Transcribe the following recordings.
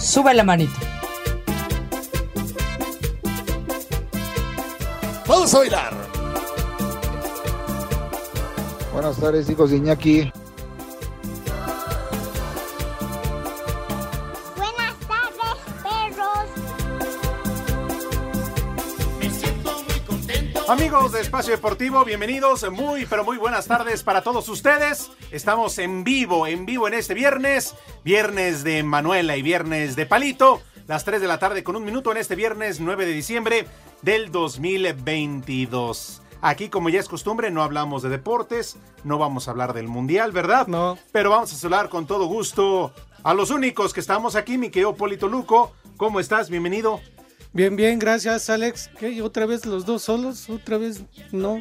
Sube la manito. Vamos a bailar. Buenas tardes, hijos de Iñaki. Buenas tardes, perros. Amigos de Espacio Deportivo, bienvenidos. Muy, pero muy buenas tardes para todos ustedes. Estamos en vivo, en vivo en este viernes. Viernes de Manuela y viernes de Palito. Las 3 de la tarde con un minuto en este viernes 9 de diciembre del 2022. Aquí, como ya es costumbre, no hablamos de deportes, no vamos a hablar del Mundial, ¿verdad? No. Pero vamos a saludar con todo gusto a los únicos que estamos aquí, mi querido Polito Luco. ¿Cómo estás? Bienvenido. Bien, bien, gracias Alex. ¿Qué? ¿Otra vez los dos solos? ¿Otra vez no?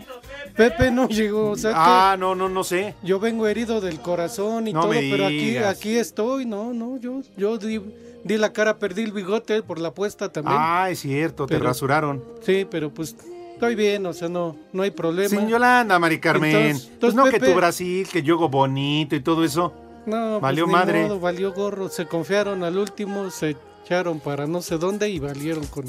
Pepe no llegó. O sea que Ah, no, no, no sé. yo vengo herido del corazón y No todo, me pero aquí, digas. aquí estoy. No, no, yo, yo di, di la cara, perdí el bigote por la apuesta también. Ah, es cierto, te Pero- rasuraron. Sí, pero pues estoy bien, o sea, no, no hay problema. Sin Yolanda, Mari Carmen. Entonces- pues entonces, no que Pepe- tu Brasil, que yo hago bonito y todo eso. No, pues Valió ni madre. modo, valió gorro. Se confiaron al último, se echaron para no sé dónde y valieron con.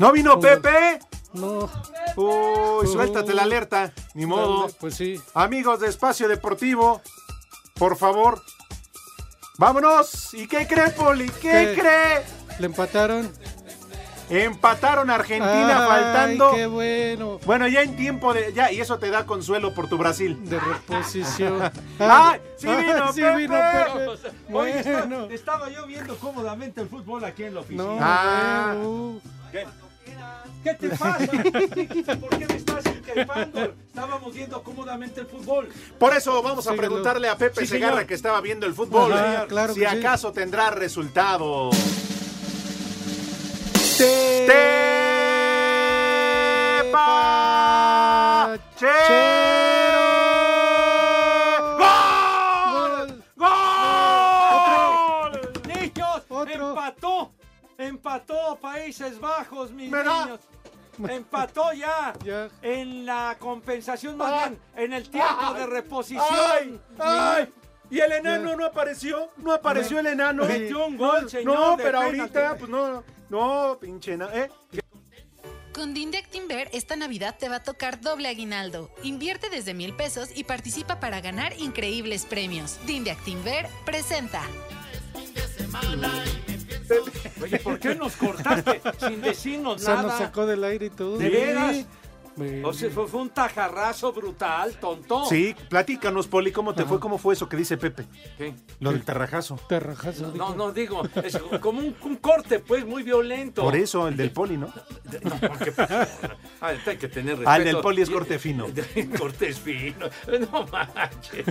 ¿No vino Pepe? No. Uy, suéltate la alerta. Ni modo. Pues sí. Amigos de Espacio Deportivo, por favor. Vámonos. ¿Y qué cree, Poli? ¿Qué, ¿Qué? cree? Le empataron. Empataron a Argentina Ay, faltando. qué bueno. Bueno, ya en tiempo de. Ya, y eso te da consuelo por tu Brasil. De reposición. Ah, ¡Ay! ¡Sí vino, sí Pepe! vino Pepe. Oye, está- Bueno. estaba yo viendo cómodamente el fútbol aquí en la oficina. No, Ah. bueno. ¿Qué? ¿Qué te pasa? ¿Por qué me estás increpando? Estábamos viendo cómodamente el fútbol. Por eso vamos a Síguelo. preguntarle a Pepe Sí, Segarra señor. que estaba viendo el fútbol ¿eh? Ajá, claro si que sí. acaso tendrá resultado. ¡Gol! ¡Gol! ¡Niños! Otro. ¡Empató! ¡Empató Países Bajos, mis ¿Verdad? niños! ¡Empató ya! Ya. En la compensación, más Ah. bien, en el tiempo de reposición. ¡Ay! ¡Ay! ¿Y el enano Ya. no apareció? ¿No apareció el enano? Metió un gol, No, señor, No, de pero penalti. ahorita, pues no, no, pinche enano. ¿eh? Con Dindiac Timber, esta Navidad te va a tocar doble aguinaldo. Invierte desde mil pesos y participa para ganar increíbles premios. Dindiac Timber presenta. Oye, ¿por qué nos cortaste sin decirnos Se nos nada? sacó del aire y todo. ¿De veras? Bueno. O sea, fue, fue un tajarrazo brutal, tonto. Sí, platícanos, Poli, ¿cómo te Ajá. fue? ¿Cómo fue eso que dice Pepe? ¿Qué? Lo del tarrajazo. Te rajazo, dijo. No, no digo, es como un, un corte, pues, muy violento. Por eso, el del Poli, ¿no? No, porque, por favor, ay, hay que tener respeto. Ah, el del poli es corte fino. corte es fino. No manches.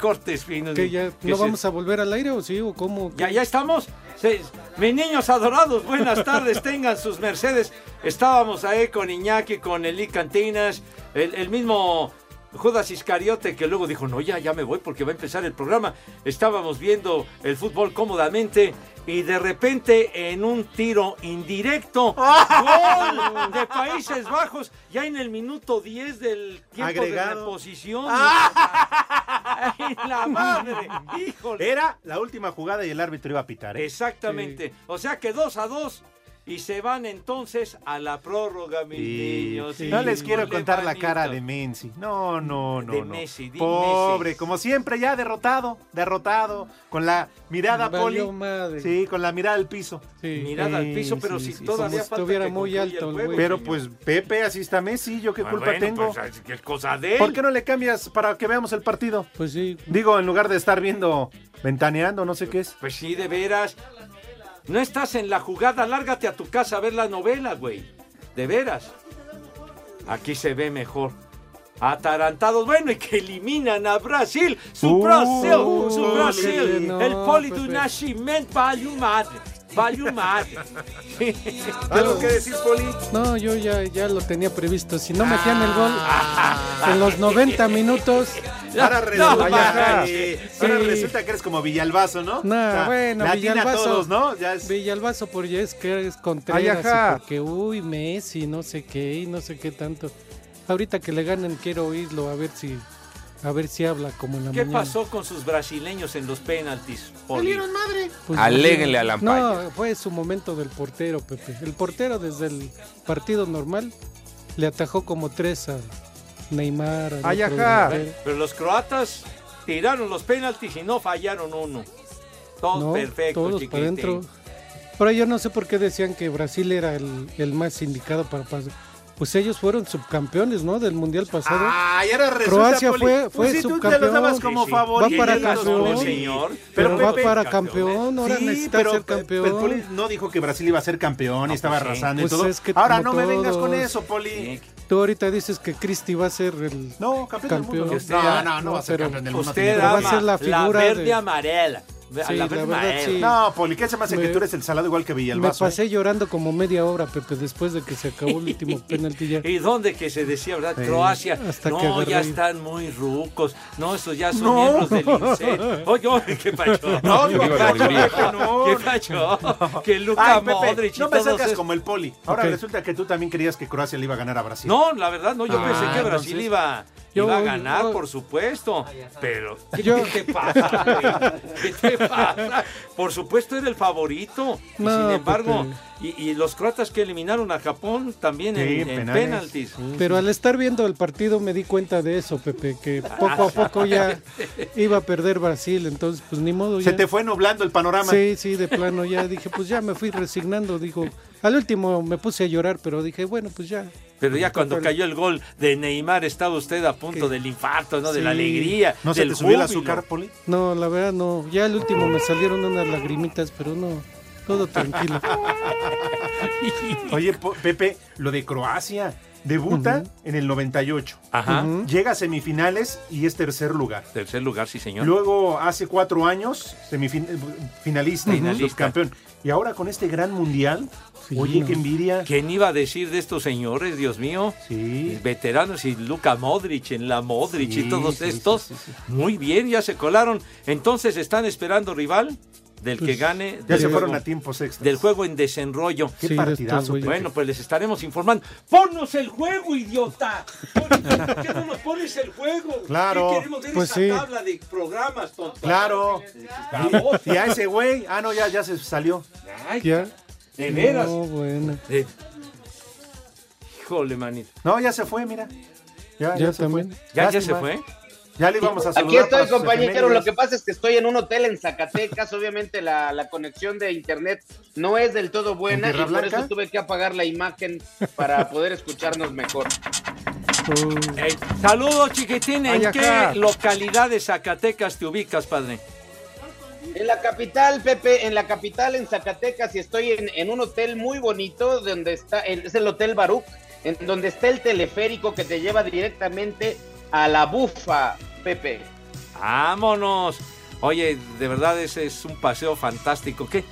Corte es fino. ¿Qué, ya Que no se- vamos a volver al aire o sí o cómo? ¿Ya, ya estamos. Se- mis niños adorados, buenas tardes, tengan sus mercedes. Estábamos ahí con Iñaki, con Eli Cantinas, el, el mismo Judas Iscariote que luego dijo, no, ya, ya me voy porque va a empezar el programa. Estábamos viendo el fútbol cómodamente y de repente en un tiro indirecto, gol de Países Bajos, ya en el minuto 10 del tiempo de Agregado. Ah. reposición. ¡Ay, la madre! ¡Híjole! Era la última jugada y el árbitro iba a pitar. ¿eh? Exactamente. O sea que 2 a 2. Y se van entonces a la prórroga, mis niños. No les quiero Híjole, contar la manito. cara de Messi. No, no, no. De no. Messi, di Pobre, Messi. como siempre, ya derrotado, derrotado, con la mirada Valió poli. madre. Sí, con la mirada al piso. Mirada al piso, pero si todavía como si falta estuviera que muy concluya alto el juego, güey. Pero señor. pues Pepe, así está Messi, yo qué Ah, culpa bueno, tengo. pues, ¿Qué es cosa de él? ¿Por qué no le cambias para que veamos el partido? Pues sí. Digo, en lugar de estar viendo ventaneando, no sé qué es. Pues sí, de veras. No estás en la jugada, lárgate a tu casa a ver la novela, güey. De veras. Aquí se ve mejor. Atarantados, bueno, y que eliminan a Brasil. Su Uh, pues, Brasil, su Pepe, Brasil. no, el poli do Pepe. Nascimento, vale madre. Vale madre. ¿Algo que decir, Poli? No, yo ya, ya lo tenía previsto. Si no metían el gol en los 90 minutos. Ah. Ahora, resulta, vaya. Oye, ahora Sí. resulta que eres como Villalbazo, ¿no? No, bueno, la atina a Villalbazo. todos, ¿no? Ya es- Villalbazo por es que es Ay, ajá. Contreras. y Porque, uy, Messi, no sé qué, y no sé qué tanto. Ahorita que le ganen, quiero oírlo a ver si, a ver si habla como en la ¿Qué mañana. pasó con sus brasileños en los penaltis, Poli? Pues, Aléguenle no, a Lampayo. No, fue su momento del portero, Pepe. El portero desde el partido normal le atajó como tres a Neymar. al Ay, otro ajá. delantero. Pero los croatas tiraron los penaltis y no fallaron uno. Todos No, perfectos, todos para chiquitín. adentro. Pero yo no sé por qué decían que Brasil era el, el más indicado para pasar. Pues ellos fueron subcampeones, ¿no? Del mundial pasado. Ay, ahora resulta, Croacia Poli. fue, fue Pues sí, tú te los subcampeón. dabas como Sí, sí. favorito, Va para tienes razón, campeón, señor. Pero, Pero va Pepe, para campeón. Ahora necesita pero ser Pe- campeón. Pe- Poli no dijo que Brasil iba a ser campeón y estaba pues sí. arrasando Pues y todo. es que Ahora no como me vengas con todos. eso, Poli. Tú ahorita dices que Cristi va a ser el No, campeón, del mundo. campeón. no. Usted- No, no, no va a ser pero- campeón del mundo. Usted tiene- va a ama ser la la, figura verde de- amarela. Ve- Sí, la la verde verdad, amarela. sí. No, Poli, ¿qué se me hace que Me- tú eres el salado igual que Me Villalbazo? pasé llorando como media hora, Pepe, después de que se acabó el último penalti ya. ¿Y dónde que se decía, verdad? Sí. Croacia. Hasta que no, agarré ya ahí. están muy rucos. No, esos ya son No. miembros del INSEE. Oye, oye, qué pacho. No, qué no, no, pacho. Pepe, no. Qué pacho. Que Luca Ay, Pepe, Modric y no me todos sacas esos. como el Poli. Ahora Ok. resulta que tú también creías que Croacia le iba a ganar a Brasil. No, la verdad, no. Yo Ah, pensé que Brasil entonces- iba, Yo- iba a ganar, yo- por supuesto. Pero, ¿qué, Yo- qué te pasa, güey? ¿Qué te pasa? Por supuesto, era el favorito. Y No, pues, sin embargo, Pepe. y, y los croatas que eliminaron a Japón también Sí, en, en penales. penaltis. Pero al estar viendo el partido me di cuenta de eso, Pepe, que poco a poco ya iba a perder Brasil, entonces pues ni modo ya. Se te fue nublando el panorama. Sí, sí, de plano ya dije, pues ya me fui resignando, digo, al último me puse a llorar, pero dije, bueno, pues ya. Pero ya cuando Total. cayó el gol de Neymar, estaba usted a punto del infarto, ¿no? De la Sí. alegría. ¿No se del te subió el júbilo. azúcar, Poli? No, la verdad no, ya al último me salieron unas lagrimitas, pero no, todo tranquilo. Oye, Po- Pepe, lo de Croacia. Debuta en el 98. Ajá. Ujú. Llega a semifinales y es tercer lugar. Tercer lugar, sí, señor. Luego, hace cuatro años, semifinalista, finalista, Finalista. subcampeón. Y ahora con este gran mundial, Sí, oye, no. qué envidia. ¿Quién iba a decir de estos señores, Dios mío? Sí. veteranos y Luka Modric en la Modric Sí, y todos sí, estos. sí, sí, Muy bien, ya se colaron. Entonces están esperando rival del que Pues, gane Ya del se fueron juego- a tiempos extras. del juego en desenrollo. Qué Sí, de estos partidazo, güeyes. Pepe. Bueno, pues les estaremos informando. ¡Ponnos el juego, idiota! Pon- ¿Por qué no nos pones el juego? Claro. ¿Qué queremos ver Pues esa sí. tabla de programas, tonto? Claro. Baboso. Y a ese güey, ah, no, ya, ya se salió. Ay, ¿Ya? De veras. No, bueno. De- Híjole, manito. No, ya se fue, mira. Ya, Ya se fue. también. ¿Ya, ya se Lástima. fue? Ya le íbamos a saludar. Aquí estoy, para sus compañero. Lo efemérides. que pasa es que estoy en un hotel en Zacatecas. Obviamente la, la conexión de internet no es del todo buena ¿En y Tierra por Blanca? eso tuve que apagar la imagen para poder escucharnos mejor. Oh, Eh, saludos, chiquitín. ¿En Ay, qué ajá. localidad de Zacatecas te ubicas, padre? En la capital, Pepe, en la capital, en Zacatecas, y estoy en, en un hotel muy bonito donde está, el- es el Hotel Baruch, en donde está el teleférico que te lleva directamente a la bufa, Pepe. ¡Vámonos! Oye, de verdad ese es un paseo fantástico. ¿Qué?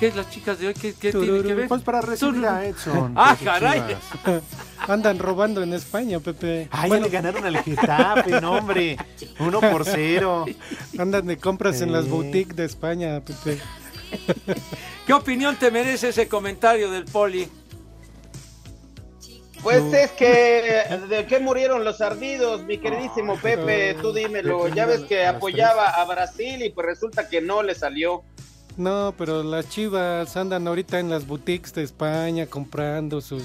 ¿Qué es las chicas de hoy? ¿Qué, qué tiene que ver? Pues para recibir a Edson. Ah, Pues, caray. chivas. Andan robando en España, Pepe. Ay, Bueno, ya le ganaron al Getafe, no, hombre. Uno por cero. andan de compras en las Sí. boutiques de España, Pepe. ¿Qué opinión te merece ese comentario del poli? Pues No. es que, ¿de qué murieron los ardidos, mi queridísimo Pepe? Tú dímelo. Ya ves que apoyaba a Brasil y pues resulta que no le salió. No, pero las chivas andan ahorita en las boutiques de España comprando sus.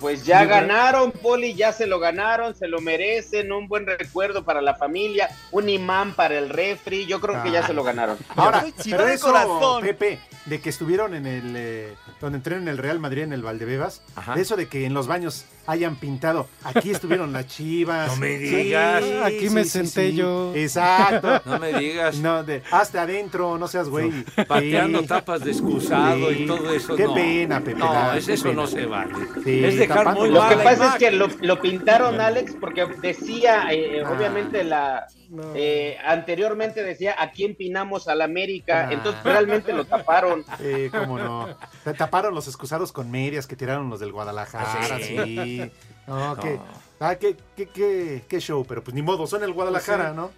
Pues ya ganaron, Poli, ya se lo ganaron, se lo merecen, un buen recuerdo para la familia, un imán para el refri, yo creo que ya se lo ganaron. Ahora, pero eso, Pepe, de que estuvieron en el. eh, donde entrenan en el Real Madrid, en el Valdebebas, de eso de que en los baños hayan pintado. Aquí estuvieron las chivas. No me Sí, digas. Aquí me senté yo. Exacto. No me digas. No, de, hasta adentro, no seas güey. Pateando Sí. tapas de excusado Sí. y todo eso. Qué no. pena, Pepe. No, la- es qué eso pena. no se vale. Sí, es dejar tampoco. muy Lo que mala pasa es que imagen. lo, lo pintaron, Alex, porque decía, eh, eh, obviamente, la eh, anteriormente decía a quién pinamos al América, Ah. entonces realmente lo taparon. Sí, cómo no. Te Taparon los excusados con medias que tiraron los del Guadalajara, Ah, sí. sí. No, No. qué, ah, qué, qué, qué- qué show, pero pues ni modo, son el Guadalajara, ¿no?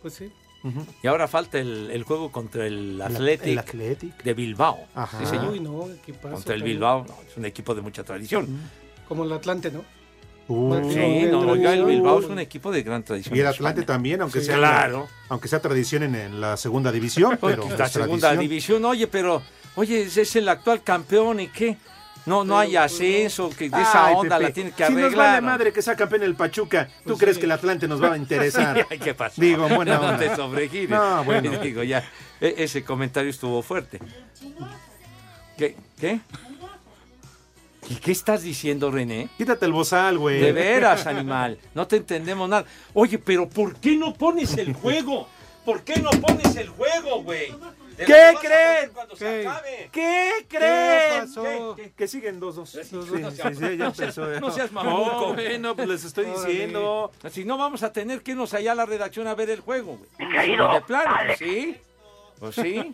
Pues sí. Y ahora falta el, el juego contra el Athletic, el Athletic. de Bilbao. Ajá. Sí, señor. Uy, no, equipazo Contra el también. Bilbao, no, es un equipo de mucha tradición. Como el Atlante, ¿no? Uh, Sí, no, oiga, el Bilbao es un equipo de gran tradición. Y el en Atlante España. también, aunque Sí, sea Claro. aunque sea tradición en, en la segunda división, pero Porque es la segunda tradición. división, oye, pero, oye, es- es el actual campeón y qué. No, no pues hay ascenso, que de esa Ay, onda Pepe, la tiene que si arreglar. nos vale ¿no? Pues madre que sea campeón el Pachuca, ¿tú crees que el Atlante nos va a interesar? Ay, ¿Qué pasó? Digo, buena no onda. te sobregires. No, bueno. Digo, ya, e- ese comentario estuvo fuerte. ¿Qué? ¿Qué? ¿Y qué estás diciendo, René? Quítate el bozal, güey. De veras, animal. No te entendemos nada. Oye, pero ¿por qué no pones el juego? ¿Por qué no pones el juego, güey? ¿Qué creen? ¿Qué? ¿Qué ¿Qué creen? pasó? Que siguen dos, dos. No seas- no seas mamuco. No, bueno, pues les estoy Órale. diciendo. Si no, vamos a tener que irnos allá a la redacción a ver el juego, güey. querido De plano, pues sí. Pues sí.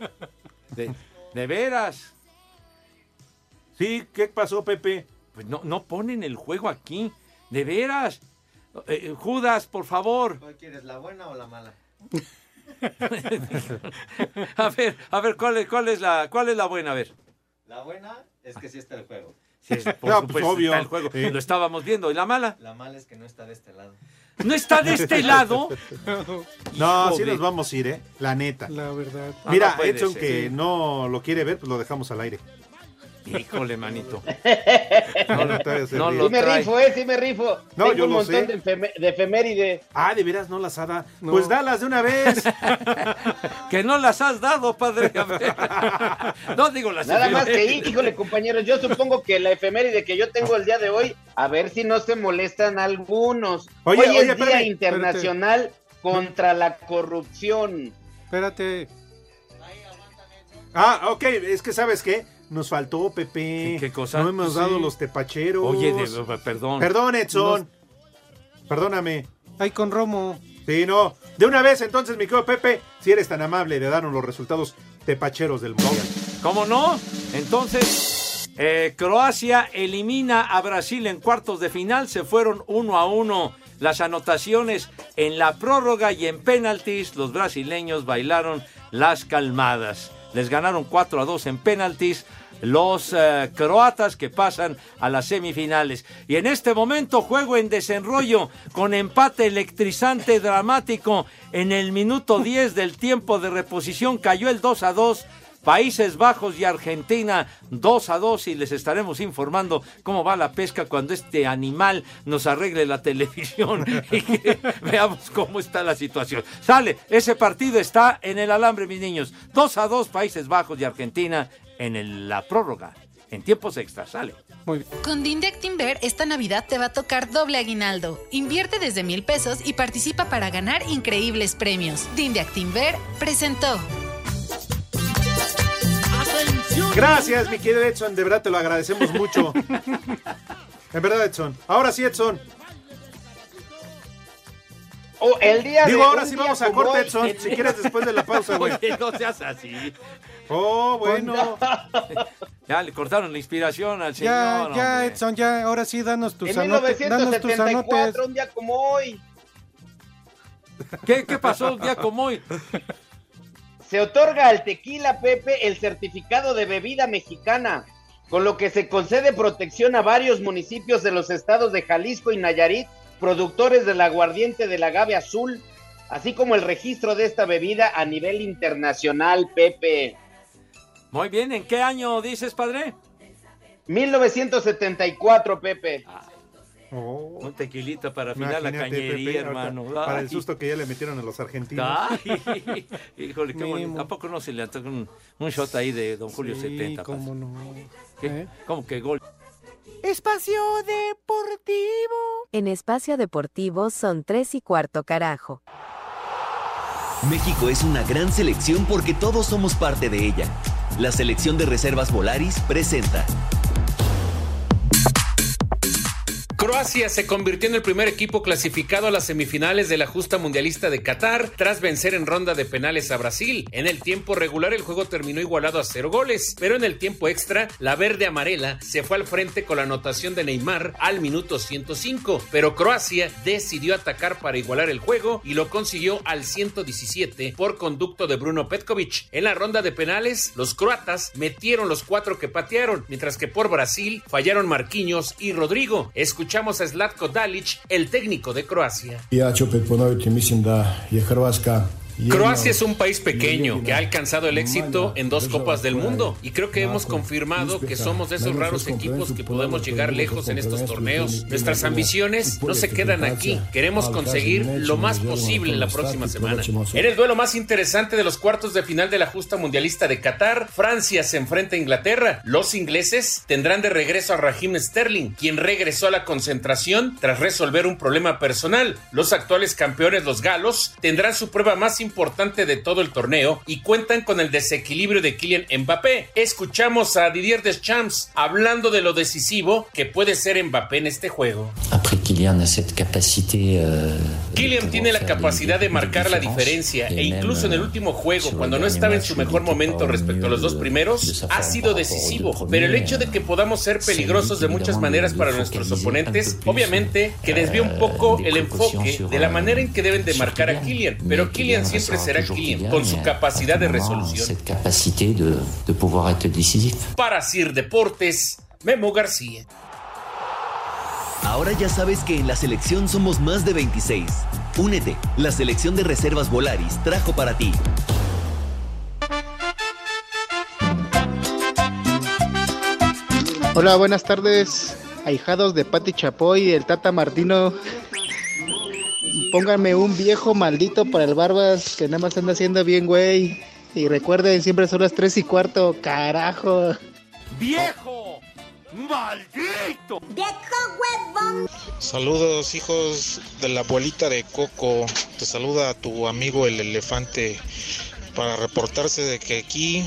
De, de veras. Sí, ¿qué pasó, Pepe? Pues no, no ponen el juego aquí. De veras. Eh, Judas, por favor. ¿Cuál quieres, la buena o la mala? A ver, a ver, ¿cuál es, cuál es, la, cuál es la buena? A ver. La buena es que sí está el juego. Sí, es- Eh, por No, pues, supuesto, obvio. está el juego. Sí. Lo estábamos viendo. ¿Y la mala? La mala es que no está de este lado. No está de este lado. No, Híjole. sí nos vamos a ir, ¿eh? La neta. La verdad. Ah, Mira, no puede Edson, ser. que Sí. no lo quiere ver, pues lo dejamos al aire. Híjole, manito. No, no, todavía se No ríe. lo Sí me trae. rifo, eh, sí me rifo. No, Tengo yo un lo montón sé. de, efeme- de efemérides. Ah, de veras no las ha dado. No. Pues dalas de una vez. Que no las has dado, padre. A ver. No digo las Nada más que, efemérides. híjole, compañeros, yo supongo que la efeméride que yo tengo el día de hoy, a ver si no se molestan algunos. Oye, hoy oye, es Día espérame, Internacional contra la Corrupción. Espérate. Ah, ok, es que ¿sabes qué? Nos faltó, Pepe. ¿Qué- qué cosa? No hemos dado Sí. los tepacheros. Oye, de- perdón. Perdón, Edson. Perdóname. Ahí con Romo. Sí, no. De una vez, entonces, mi querido Pepe, si eres tan amable de darnos los resultados tepacheros del mundial. ¿Cómo no? Entonces, eh, Croacia elimina a Brasil en cuartos de final. Se fueron uno a uno las anotaciones en la prórroga y en penaltis. Los brasileños bailaron las calmadas. Les ganaron 4 a 2 en penaltis. Los eh, croatas que pasan a las semifinales. Y en este momento juego en desenrollo con empate electrizante dramático. En el minuto 10 del tiempo de reposición cayó el 2 a 2. Países Bajos y Argentina 2 a 2 y les estaremos informando cómo va la pesca cuando este animal nos arregle la televisión y que veamos cómo está la situación. Sale, ese partido está en el alambre, mis niños. 2 a 2 Países Bajos y Argentina en el- la prórroga, en tiempos extras, sale. Muy bien. Con Dindiac Timber, esta Navidad te va a tocar doble aguinaldo. Invierte desde mil pesos y participa para ganar increíbles premios. Dindiac Timber presentó. Gracias, mi querido Edson, de verdad te lo agradecemos mucho. En verdad, Edson. Ahora sí, Edson. O Oh, el día Digo, de ahora un sí día vamos a como corte, hoy, Edson. el Si día- quieres, después de la pausa, güey. Oye, no seas así. Oh, bueno. Ya le cortaron la inspiración al Ya, señor. ya, hombre. Edson, ya. Ahora sí, danos tus En anotes. Danos tus anotes. 1974, un día como hoy, ¿Qué, ¿Qué pasó un día como hoy? se otorga al tequila Pepe el certificado de bebida mexicana, con lo que se concede protección a varios municipios de los estados de Jalisco y Nayarit, productores del aguardiente del agave azul, así como el registro de esta bebida a nivel internacional, Pepe. Muy bien, ¿en qué año dices, padre? 1974, Pepe. Oh. Un tequilito para afinar la Pepe, cañería, ahorita, hermano. Para el Ay. susto que ya le metieron a los argentinos. Ay, híjole, qué Memo. bonito. ¿A poco no se le antoja un, un shot ahí de Don Julio Sí, 70? cómo no. ¿Eh? ¿Cómo que gol? Espacio Deportivo. En Espacio Deportivo son tres y cuarto carajo. México es una gran selección porque todos somos parte de ella. La selección de reservas Volaris presenta. Croacia se convirtió en el primer equipo clasificado a las semifinales de la justa mundialista de Qatar tras vencer en ronda de penales a Brasil. En el tiempo regular el juego terminó igualado a cero goles, pero en el tiempo extra la verde amarela se fue al frente con la anotación de Neymar al minuto 105, pero Croacia decidió atacar para igualar el juego y lo consiguió al 117 por conducto de Bruno Petkovic. En la ronda de penales, los croatas metieron los cuatro que patearon, mientras que por Brasil fallaron Marquinhos y Rodrigo. Escuchamos a Zlatko Dalic, el técnico de Croacia. Ja ću opet ponoviti, mislim da je Hrvatska jedna Croacia od es un país pequeño que ha alcanzado el éxito en dos copas del mundo y creo que hemos confirmado que somos de esos raros equipos que podemos llegar lejos en estos torneos. Nuestras ambiciones no se quedan aquí, queremos conseguir lo más posible la próxima semana. En el duelo más interesante de los cuartos de final de la justa mundialista de Qatar, Francia se enfrenta a Inglaterra. Los ingleses tendrán de regreso a Raheem Sterling, quien regresó a la concentración tras resolver un problema personal. Los actuales campeones, los galos, tendrán su prueba más importante de todo el torneo y cuentan con el desequilibrio de Kylian Mbappé. Escuchamos a Didier Deschamps hablando de lo decisivo que puede ser Mbappé en este juego. Après, Kylian a cette capacité. euh, Kylian tiene la capacidad de marcar la diferencia e incluso en el último juego, cuando no estaba en su mejor momento respecto a los dos primeros, ha sido decisivo. Pero el hecho de que podamos ser peligrosos de muchas maneras para nuestros oponentes, obviamente que desvía un poco el enfoque de la manera en que deben de marcar a Kylian. Pero Kylian siempre será Kylian, con su capacidad de resolución. cette capacité de, de pouvoir être décisif. Para Sir Deportes, Memo García. Ahora ya sabes que en la selección somos más de 26. Únete, la selección de reservas Volaris trajo para ti. Hola, buenas tardes, ahijados de Pati Chapoy y del Tata Martino. Pónganme un viejo maldito para el Barbas que nada más anda haciendo bien, güey. Y recuerden, siempre son las 3 y cuarto, carajo. ¡Viejo! ¡Maldito! Saludos hijos de la abuelita de Coco. Te saluda tu amigo el elefante para reportarse de que aquí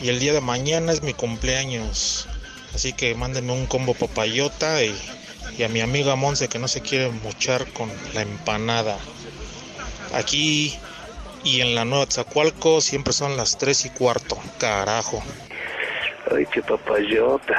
y el día de mañana es mi cumpleaños. Así que mándenme un combo papayota y, y a mi amiga Monse que no se quiere muchar con la empanada. Aquí y en la nueva Tzacualco siempre son las 3 y cuarto. Carajo. Ay, qué papayota.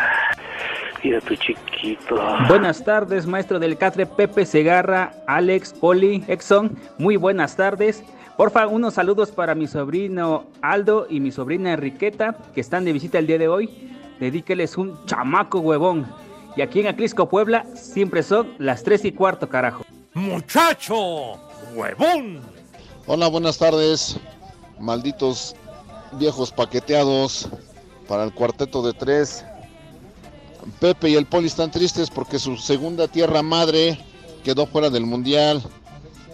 Mira tu chiquito. Buenas tardes, maestro del Catre Pepe Segarra, Alex, Oli, Exxon. Muy buenas tardes. Porfa, unos saludos para mi sobrino Aldo y mi sobrina Enriqueta, que están de visita el día de hoy. Dedíqueles un chamaco huevón. Y aquí en Acrisco, Puebla, siempre son las 3 y cuarto, carajo. ¡Muchacho! ¡Huevón! Hola, buenas tardes, malditos viejos paqueteados para el cuarteto de tres. Pepe y el Poli están tristes porque su segunda tierra madre quedó fuera del mundial,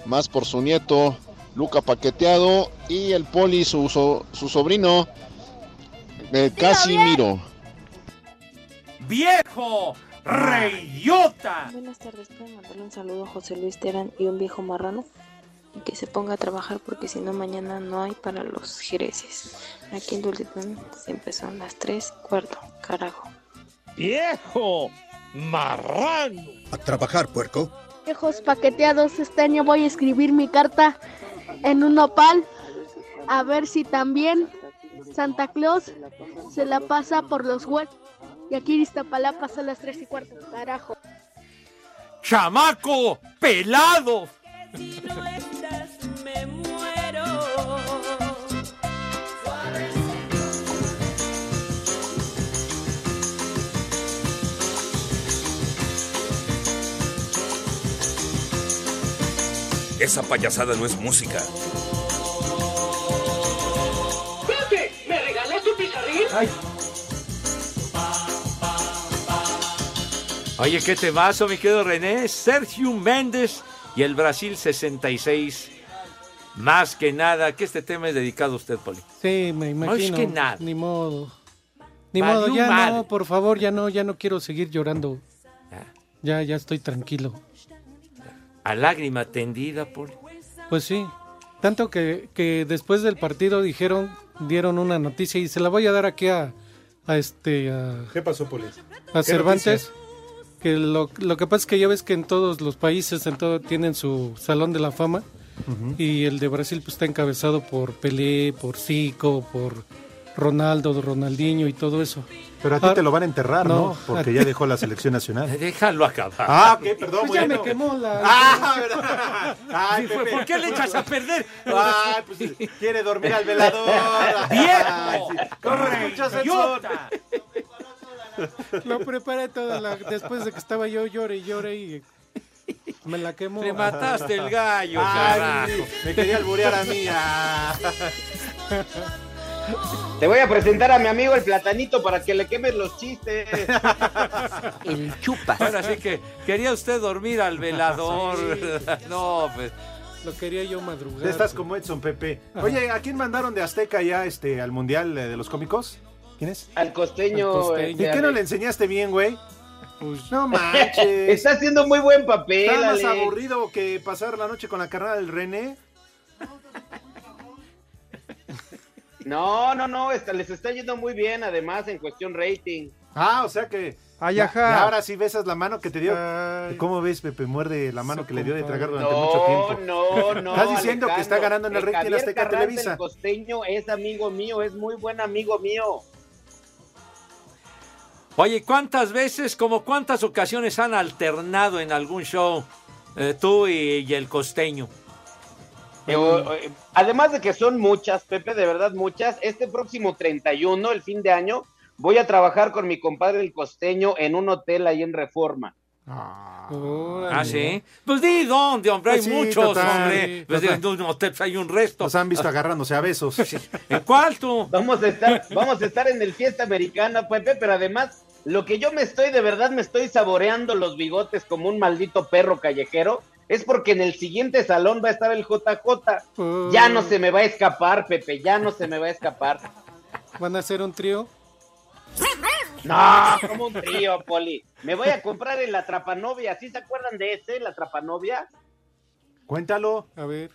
más por su nieto, Luca Paqueteado, y el Poli, su, so- su sobrino, eh, Casimiro. ¡Viejo! ¡Reyota! Buenas tardes, pueden mandarle un saludo a José Luis Terán y un viejo marrano y que se ponga a trabajar porque si no mañana no hay para los jereces. Aquí en Dulcetón se empezó a las 3, cuarto, carajo. ¡Viejo! ¡Oh, ¡Marrano! A trabajar, puerco. Viejos paqueteados, este año voy a escribir mi carta en un nopal. A ver si también Santa Claus se la pasa por los huecos. Y aquí en Iztapalapa son las 3 y cuarto. Carajo. ¡Chamaco! ¡Pelado! Esa payasada no es música. Pepe, ¿me regalas tu pizarrín? Ay. Oye, qué temazo, mi querido René. Sergio Méndez y el Brasil 66. Más que nada, que este tema es dedicado a usted, Poli. Sí, me imagino. Más que nada. Ni modo. Ni Valió modo, ya madre. no, por favor, ya no, ya no quiero seguir llorando. Ya, ya estoy tranquilo. A lágrima tendida, Poli. Pues sí. Tanto que, que después del partido dijeron, dieron una noticia y se la voy a dar aquí a, a este a, ¿Qué pasó, Poli? a ¿Qué Cervantes. Que lo, lo que pasa es que ya ves que en todos los países en todo tienen su salón de la fama y el de Brasil pues, está encabezado por Pelé, por Zico, por Ronaldo, Ronaldinho y todo eso. Pero a ti Ah, te lo van a enterrar, ¿no? no. Porque ya dejó la selección nacional. Déjalo acabar. Ah, ok, perdón, Pues ya bueno. me quemó la. Ah, Ay, Pepe. ¿Por qué le echas a perder? Ay, pues quiere dormir al velador. Ay, ¡Viejo! sí. ¿Cómo escuchas eso? idiota! Lo preparé toda la, después de que estaba yo llore y llore y me la quemó. Le mataste el gallo, Ay, carajo. me quería alburear a mí. ah. Te voy a presentar a mi amigo el platanito para que le quemes los chistes. El chupas. Ahora sí que quería usted dormir al velador. No, pues. Lo quería yo madrugar. Te estás como Edson, Pepe. Oye, ¿a quién mandaron de Azteca ya este, al Mundial eh, de los Cómicos? ¿Quién es? Al costeño. Al costeño. eh, ¿Y qué no le enseñaste bien, güey? Pues, no manches. Está haciendo muy buen papel. Está más Alex. aburrido que pasar la noche con la carnal del René. No, no, no, está- les está yendo muy bien además en cuestión rating. Ah, o sea que. Ay, Ya- ajá. ya ahora sí besas la mano que te dio. ¿Cómo ves, Pepe? Muerde la mano que le dio de tragar durante mucho tiempo. No, no, no. Estás diciendo que está Alejandro, Eh, ganando en el rating Javier Azteca Carranza, Televisa. El costeño es amigo mío, es muy buen amigo mío. Oye, ¿cuántas veces, como cuántas ocasiones han alternado en algún show eh, tú y, y el costeño? Eh, o- eh, Además de que son muchas, Pepe, de verdad muchas, este próximo 31, el fin de año, voy a trabajar con mi compadre el costeño en un hotel ahí en Reforma. Ah, sí. Pues di dónde, hombre, hay Pues sí, muchos, total, hombre. sí, Pues de- total. de unos hoteles hay un resto. Nos han visto agarrándose a besos. ¿En cuál tú? Vamos a estar, vamos a estar en el fiesta americana, Pepe, pero además, lo que yo me estoy, de verdad, me estoy saboreando los bigotes como un maldito perro callejero, es porque en el siguiente salón va a estar el JJ. Ya Oh. no se me va a escapar, Pepe, ya no se me va a escapar. Van a hacer un trío. No, como un trío, Poli. Me voy a comprar el Atrapanovia, ¿sí se acuerdan de ese, la Atrapanovia? Cuéntalo. A ver.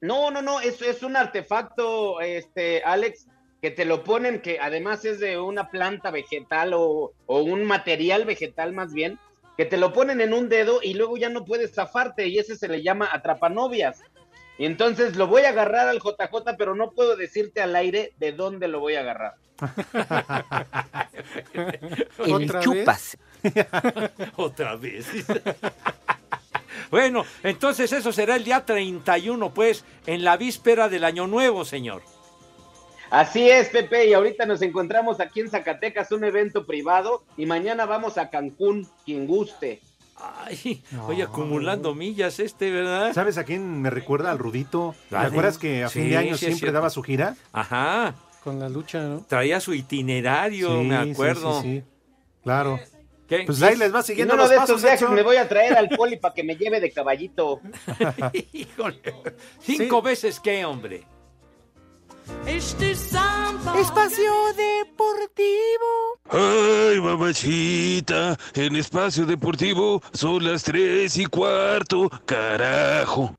No, no, no, eso es un artefacto, este, Alex, que te lo ponen, que además es de una planta vegetal o, o un material vegetal más bien, que te lo ponen en un dedo y luego ya no puedes zafarte y ese se le llama atrapanovias. Y entonces lo voy a agarrar al JJ, pero no puedo decirte al aire de dónde lo voy a agarrar. ¿Otra vez? Otra vez. bueno, entonces eso será el día 31, pues, en la víspera del Año Nuevo, señor. Así es, Pepe, y ahorita nos encontramos aquí en Zacatecas, un evento privado, y mañana vamos a Cancún, quien guste. Ay, Oye, acumulando millas este, ¿verdad? ¿Sabes a quién me recuerda al Rudito? ¿Te Ah, sí. acuerdas que a fin Sí, de año sí, es siempre cierto. daba su gira? Ajá. Con la lucha, ¿no? Traía su itinerario, Sí, me acuerdo. sí, sí, sí. Claro. ¿Qué? Pues ahí les va En siguiendo uno los de pasos. estos viajes Edson. me voy a traer al poli para que me lleve de caballito. Cinco veces qué, hombre. Espacio Deportivo. Ay, mamachita, en espacio deportivo son las tres y cuarto, carajo.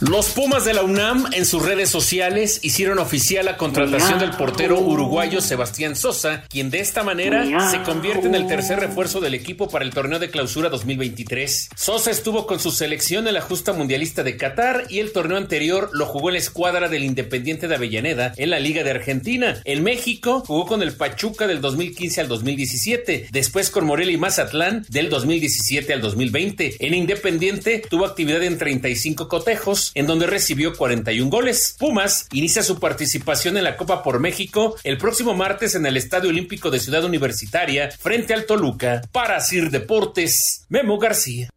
Los Pumas de la UNAM en sus redes sociales hicieron oficial la contratación del portero uruguayo Sebastián Sosa, quien de esta manera se convierte en el tercer refuerzo del equipo para el torneo de clausura 2023. Sosa estuvo con su selección en la justa mundialista de Qatar y el torneo anterior lo jugó en la escuadra del Independiente de Avellaneda en la Liga de Argentina. En México jugó con el Pachuca del 2015 al 2017, después con Morelia y Mazatlán del 2017 al 2020. En Independiente tuvo actividad en 35 cotejos, en donde recibió 41 goles. Pumas inicia su participación en la Copa por México el próximo martes en el Estadio Olímpico de Ciudad Universitaria frente al Toluca. Para Sir Deportes, Memo García.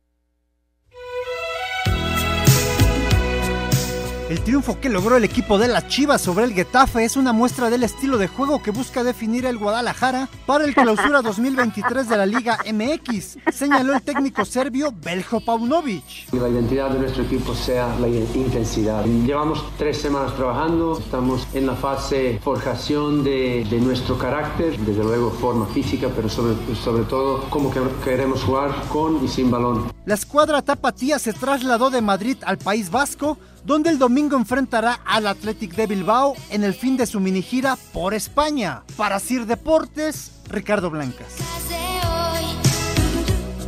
El triunfo que logró el equipo de las Chivas sobre el Getafe es una muestra del estilo de juego que busca definir el Guadalajara para el clausura 2023 de la Liga MX, señaló el técnico serbio Beljo Paunovic. La identidad de nuestro equipo sea la intensidad. Llevamos tres semanas trabajando, estamos en la fase forjación de, de nuestro carácter, desde luego forma física, pero sobre, sobre todo cómo que queremos jugar con y sin balón. La escuadra tapatía se trasladó de Madrid al País Vasco donde el domingo enfrentará al Athletic de Bilbao en el fin de su mini gira por España. Para Sir Deportes, Ricardo Blancas.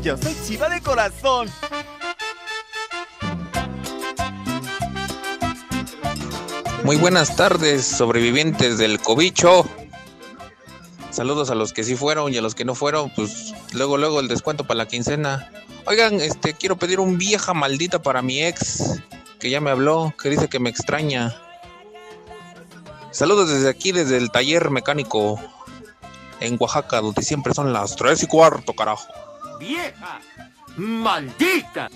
Yo soy chiva de corazón. Muy buenas tardes, sobrevivientes del cobicho. Saludos a los que sí fueron y a los que no fueron, pues luego luego el descuento para la quincena. Oigan, este quiero pedir un vieja maldita para mi ex que ya me habló, que dice que me extraña. Saludos desde aquí, desde el taller mecánico en Oaxaca, donde siempre son las 3 y cuarto, carajo. ¡Vieja! ¡Maldita!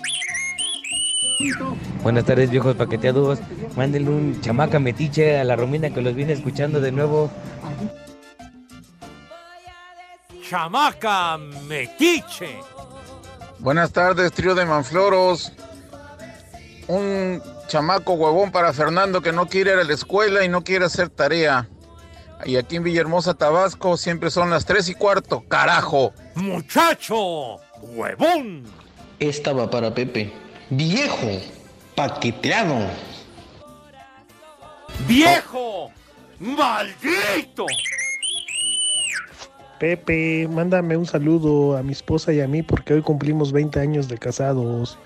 Buenas tardes, viejos paqueteados. Mándenle un chamaca metiche a la Romina que los viene escuchando de nuevo. ¡Chamaca metiche! Buenas tardes, trío de Manfloros un chamaco huevón para Fernando que no quiere ir a la escuela y no quiere hacer tarea. Y aquí en Villahermosa, Tabasco, siempre son las 3 y cuarto. ¡Carajo! ¡Muchacho! ¡Huevón! Esta va para Pepe. ¡Viejo! ¡Paqueteado! ¡Viejo! ¡Maldito! Pepe, mándame un saludo a mi esposa y a mí porque hoy cumplimos 20 años de casados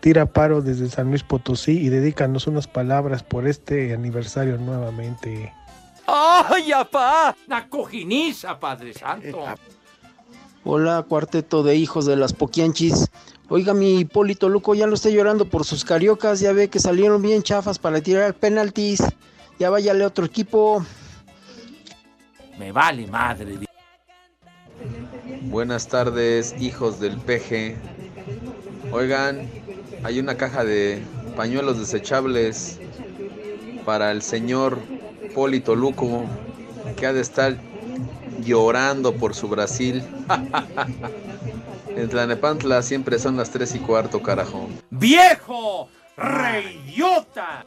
tira paro desde San Luis Potosí y dedícanos unas palabras por este aniversario nuevamente. ¡Ay, apá! ¡La cojiniza, Padre Santo! Eh, Hola, cuarteto de hijos de las Poquianchis. Oiga, mi Hipólito Luco ya lo está llorando por sus cariocas. Ya ve que salieron bien chafas para tirar penaltis. Ya váyale a otro equipo. Me vale madre. Buenas tardes, hijos del peje. Oigan, hay una caja de pañuelos desechables para el señor Polito Luco, que ha de estar llorando por su Brasil. en Tlanepantla siempre son las 3 y cuarto, carajo. ¡Viejo! ¡Reidiota!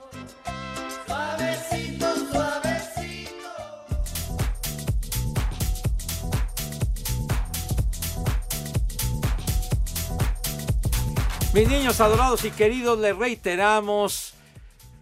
Mis niños adorados y queridos, les reiteramos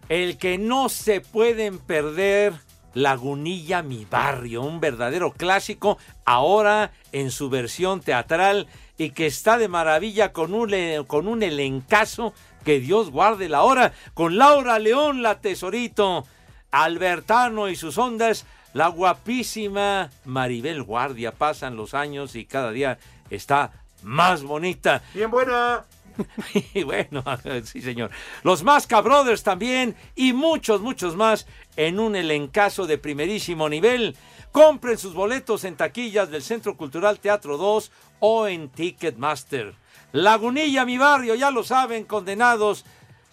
el que no se pueden perder Lagunilla Mi Barrio, un verdadero clásico, ahora en su versión teatral y que está de maravilla con un, con un elencazo que Dios guarde la hora, con Laura León, la tesorito, Albertano y sus ondas, la guapísima Maribel Guardia. Pasan los años y cada día está más bonita. Bien buena. y bueno, sí señor. Los Masca Brothers también y muchos, muchos más en un elencazo de primerísimo nivel. Compren sus boletos en taquillas del Centro Cultural Teatro 2 o en Ticketmaster. Lagunilla, mi barrio, ya lo saben, condenados.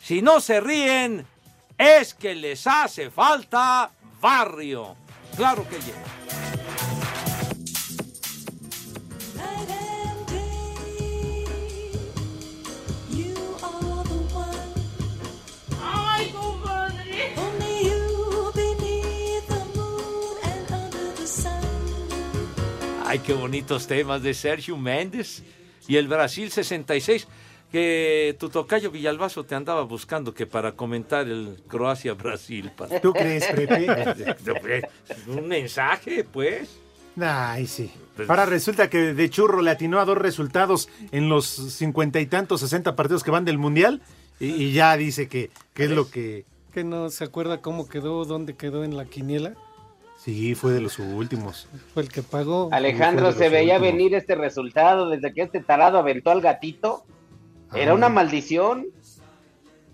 Si no se ríen, es que les hace falta barrio. Claro que llega. Ay, qué bonitos temas de Sergio Méndez y el Brasil 66. Que tu tocayo Villalbazo te andaba buscando que para comentar el Croacia-Brasil. pues, ¿Tú crees, Pepe? Un mensaje, pues. Ay, sí. Ahora resulta que de churro le atinó a dos resultados en los cincuenta y tantos, sesenta partidos que van del Mundial. Y, y ya dice que, que es lo que... Que no se acuerda cómo quedó, dónde quedó en la quiniela. Sí, fue de los últimos. Fue el que pagó. Alejandro, se veía últimos. venir este resultado desde que este tarado aventó al gatito. Era ah. una maldición.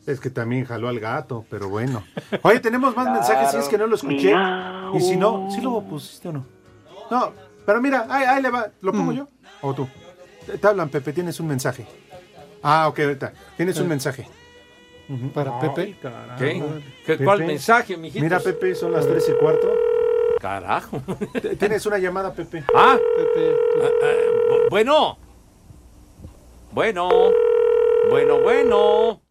Es que también jaló al gato, pero bueno. Oye, tenemos más claro. mensajes, si es que no lo escuché. Miau. Y si no, ¿sí lo pusiste o no? No, pero mira, ahí, ahí le va. ¿Lo pongo mm. yo? ¿O tú? Te hablan, Pepe, tienes un mensaje. Ah, ok, ahorita. Tienes eh. un mensaje. para Ay, Pepe. carajo. ¿Qué? ¿Qué- cuál mensaje, mijitos? Mira, Pepe, son las tres y cuarto. Carajo. Tienes una llamada, Pepe. Ah, Ah, ah, bu- bueno. Bueno. Bueno, bueno.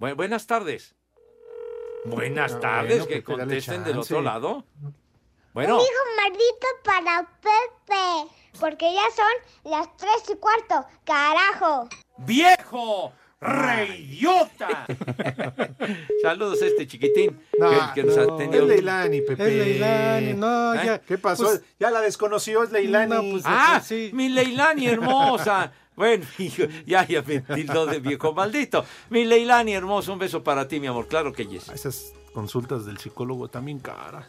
Bu- buenas tardes. Buenas Ah, tardes, bueno, que Pepe, dale contesten del chance. otro lado. Bueno, Un hijo maldito para Pepe. Porque ya son las tres y cuarto. Carajo. viejo reidiota. Saludos a este chiquitín que, que nos ha tenido. Ah, Es Leilani, Pepe. Es Leilani, no, ¿Eh? ya, ¿Qué pasó? pues- ya la desconoció, es Leilani. ah, mi Leilani hermosa. Bueno, hijo, ya, ya me tildó de viejo maldito. Mi Leilani hermosa, un beso para ti, mi amor. Claro que yes. Esas consultas del psicólogo también caras.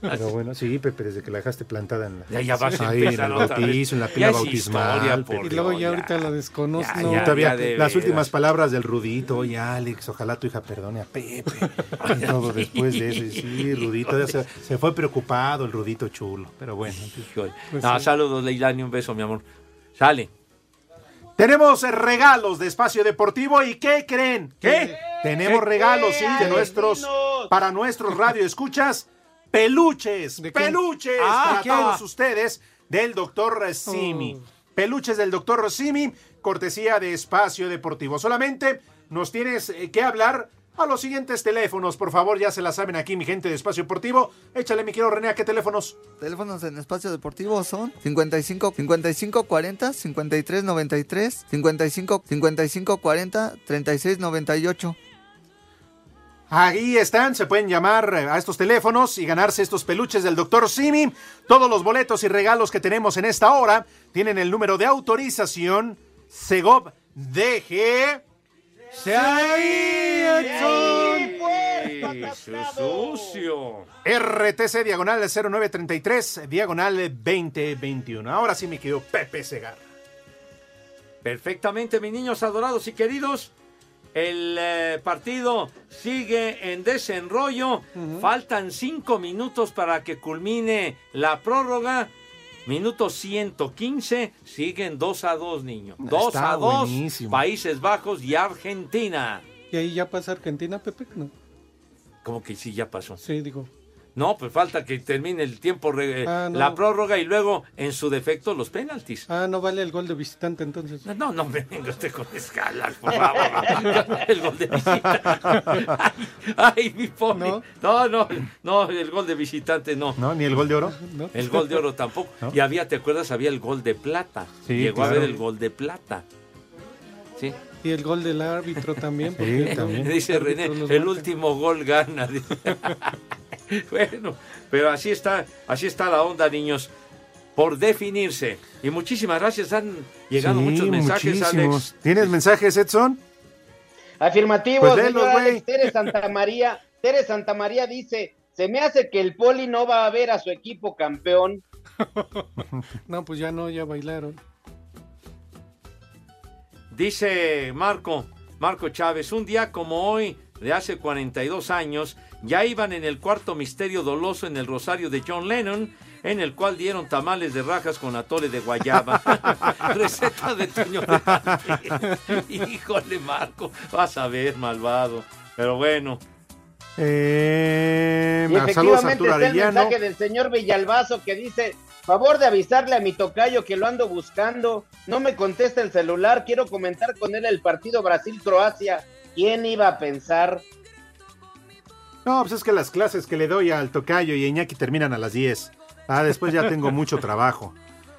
Pero bueno, sí, Pepe, desde que la dejaste plantada en la, Ya, ya vas a Ahí, en empezar el otra vez. bautizo, en la Ya pila es bautismal. historia, por Pepe. Y luego ya ahorita la desconozco. Y No, todavía ya de las veras. últimas palabras del Rudito, oye Alex, ojalá tu hija perdone a Pepe. Y todo después de eso, y sí, Rudito, ya se, se fue preocupado el Rudito chulo, pero bueno. Híjole. Pues No, saludos, Leilani, un beso, mi amor. Sale. Tenemos eh, regalos de Espacio Deportivo y ¿qué creen? ¿Qué? Tenemos ¿Qué? regalos, sí, ¡Ay, de nuestros, para nuestros radioescuchas, peluches, peluches Ah, Oh. para ¿qué? todos ustedes del doctor Simi. Peluches del doctor Simi, cortesía de Espacio Deportivo. Solamente nos tienes eh, que hablar a los siguientes teléfonos, por favor, ya se la saben aquí, mi gente de Espacio Deportivo. Échale, mi querido René, ¿a qué teléfonos? Teléfonos en espacio deportivo son 55 55 40 53 93 55 55 40 36 98. Ahí están, se pueden llamar eh, a estos teléfonos y ganarse estos peluches del Dr. Simi. Todos los boletos y regalos que tenemos en esta hora tienen el número de autorización Segov DG. sucio. RTC diagonal 0933 diagonal 2021. Ahora sí me quedó Pepe Segar. Perfectamente, mis niños adorados y queridos. El eh, partido sigue en desenrollo. Faltan cinco minutos para que culmine la prórroga. Minuto 115. Siguen 2 a 2, niño. 2 Está a 2. buenísimo. Países Bajos y Argentina. ¿Y ahí ya pasa Argentina, Pepe? No. Como que sí, ya pasó. Sí, digo. No, pues falta que termine el tiempo, re- Ah, no. la prórroga y luego, en su defecto, los penaltis. Ah, no vale el gol de visitante entonces. No, no, no me venga usted con escalas, por favor. El gol de visitante. Ay, ay, mi pobre. ¿No? no, no, el gol de visitante no. ¿No? ¿Ni el gol de oro? El gol de oro tampoco. Y había, ¿te acuerdas? Había el gol de plata. Sí, Llegó a claro. haber el gol de plata. Sí. Y el gol del árbitro también. porque luego Dice los René, árbitros los el matan. último gol gana. bueno, pero así está, así está la onda, niños. Por definirse. Y muchísimas gracias. Han llegado Sí, muchos mensajes, Alex. muchísimos. ¿Tienes mensajes, Edson? Afirmativo, Pues señor léelo, Alex, güey. Tere Santa María. Tere Santa María dice: Se me hace que el poli no va a ver a su equipo campeón. No, pues ya no, ya bailaron. Dice Marco, Marco Chávez, un día como hoy, de hace 42 años, ya iban en el cuarto misterio doloso en el rosario de John Lennon, en el cual dieron tamales de rajas con atole de guayaba. Receta de Toño de Valdés. Híjole, Marco, vas a ver, malvado. Pero bueno, Eh, Y saludos a efectivamente Arturo está el Arellano. mensaje del señor Villalbazo que dice: Favor de avisarle a mi tocayo que lo ando buscando. No me contesta el celular. Quiero comentar con él el partido Brasil-Croacia. ¿Quién iba a pensar? No, pues es que las clases que le doy al Tocayo y a Iñaki terminan a las 10. Ah, después ya tengo mucho trabajo.